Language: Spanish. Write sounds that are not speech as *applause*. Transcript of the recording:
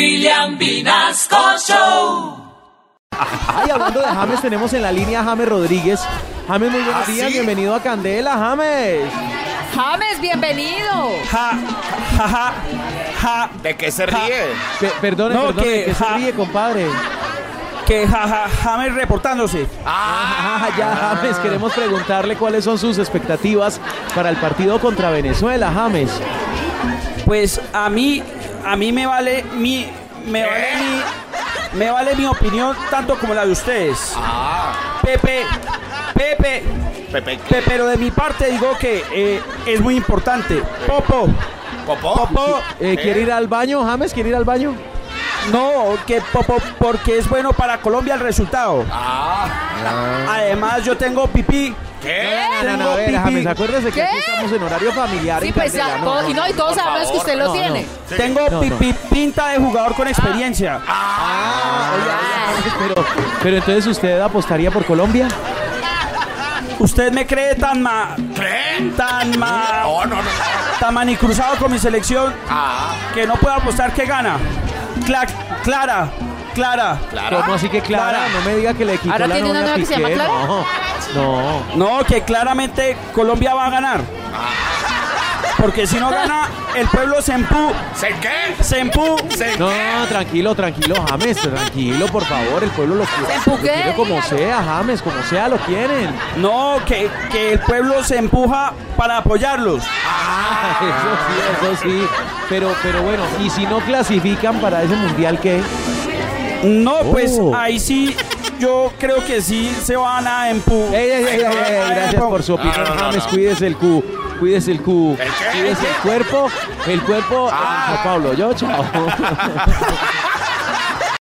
William Vinasco Show. Ay, hablando de James, tenemos en la línea a James Rodríguez. James, muy buenos días, bienvenido a Candela, James. James, bienvenido. Ja, ja, ja, ja, ¿De qué se ríe? Pe- perdone, No, perdone, que, que- se ja. ríe, compadre. que ja, ja, James reportándose. Ah, ya, James, queremos preguntarle cuáles son sus expectativas para el partido contra Venezuela, James. Pues a mí, a mí me vale mi, me vale mi, me vale mi opinión tanto como la de ustedes. Pepe, Pepe, Ah. Pepe, Pe- pero de mi parte digo que eh, es muy Eh. importante. Popo, ¿Popó? Popo, Eh, ¿Quiere ir al baño, James? ¿Quiere ir al baño? no, que Popo, porque es bueno para Colombia el resultado. Ah, Además yo tengo pipí. ¿qué? No, no, Tengo a ver, pipí. James, acuérdese que Eh. ¿Qué? aquí estamos en horario familiar. Sí, en pues Candela, ya, todo- y no, y todos por sabemos que favor, usted lo no, tiene. no. Sí. Tengo No, no. pipí, pinta de jugador con experiencia. Ah, oiga, oiga, James, pero, pero entonces usted apostaría por Colombia. ¿Usted me cree tan ma... ¿Qué? tan ma... No, no, no. tan manicruzado con mi selección Ah, que no puedo apostar que gana? Cla- Clara, Clara. claro. ¿Cómo así que Clara? Clara. No me diga que le quitó ¿Ahora la tiene una novia nueva que se llama Piqué, Clara? No, no. No, que claramente Colombia va a ganar. Porque si no gana, el pueblo se empú, ¿Se qué? se empú. ¿Se No, qué? tranquilo, tranquilo, James, tranquilo, por favor, el pueblo lo quiere. ¿Se empuqué? lo quiere como Dígalo. sea, James, como sea lo quieren. *laughs* No, que, que el pueblo se empuja para apoyarlos. Eso sí, eso sí. Pero, pero bueno, y si no clasifican para ese mundial, ¿qué? No, pues Oh. ahí sí, yo creo que sí se van a empú. Ey, ey, ey, ey, ey, gracias por su opinión, No, no, no, James, no. cuídese el cu, cuídese el Ah. cu, ¿El qué? cuídese el cuerpo, el cuerpo, eh, Sao Paulo, yo, chao. *laughs*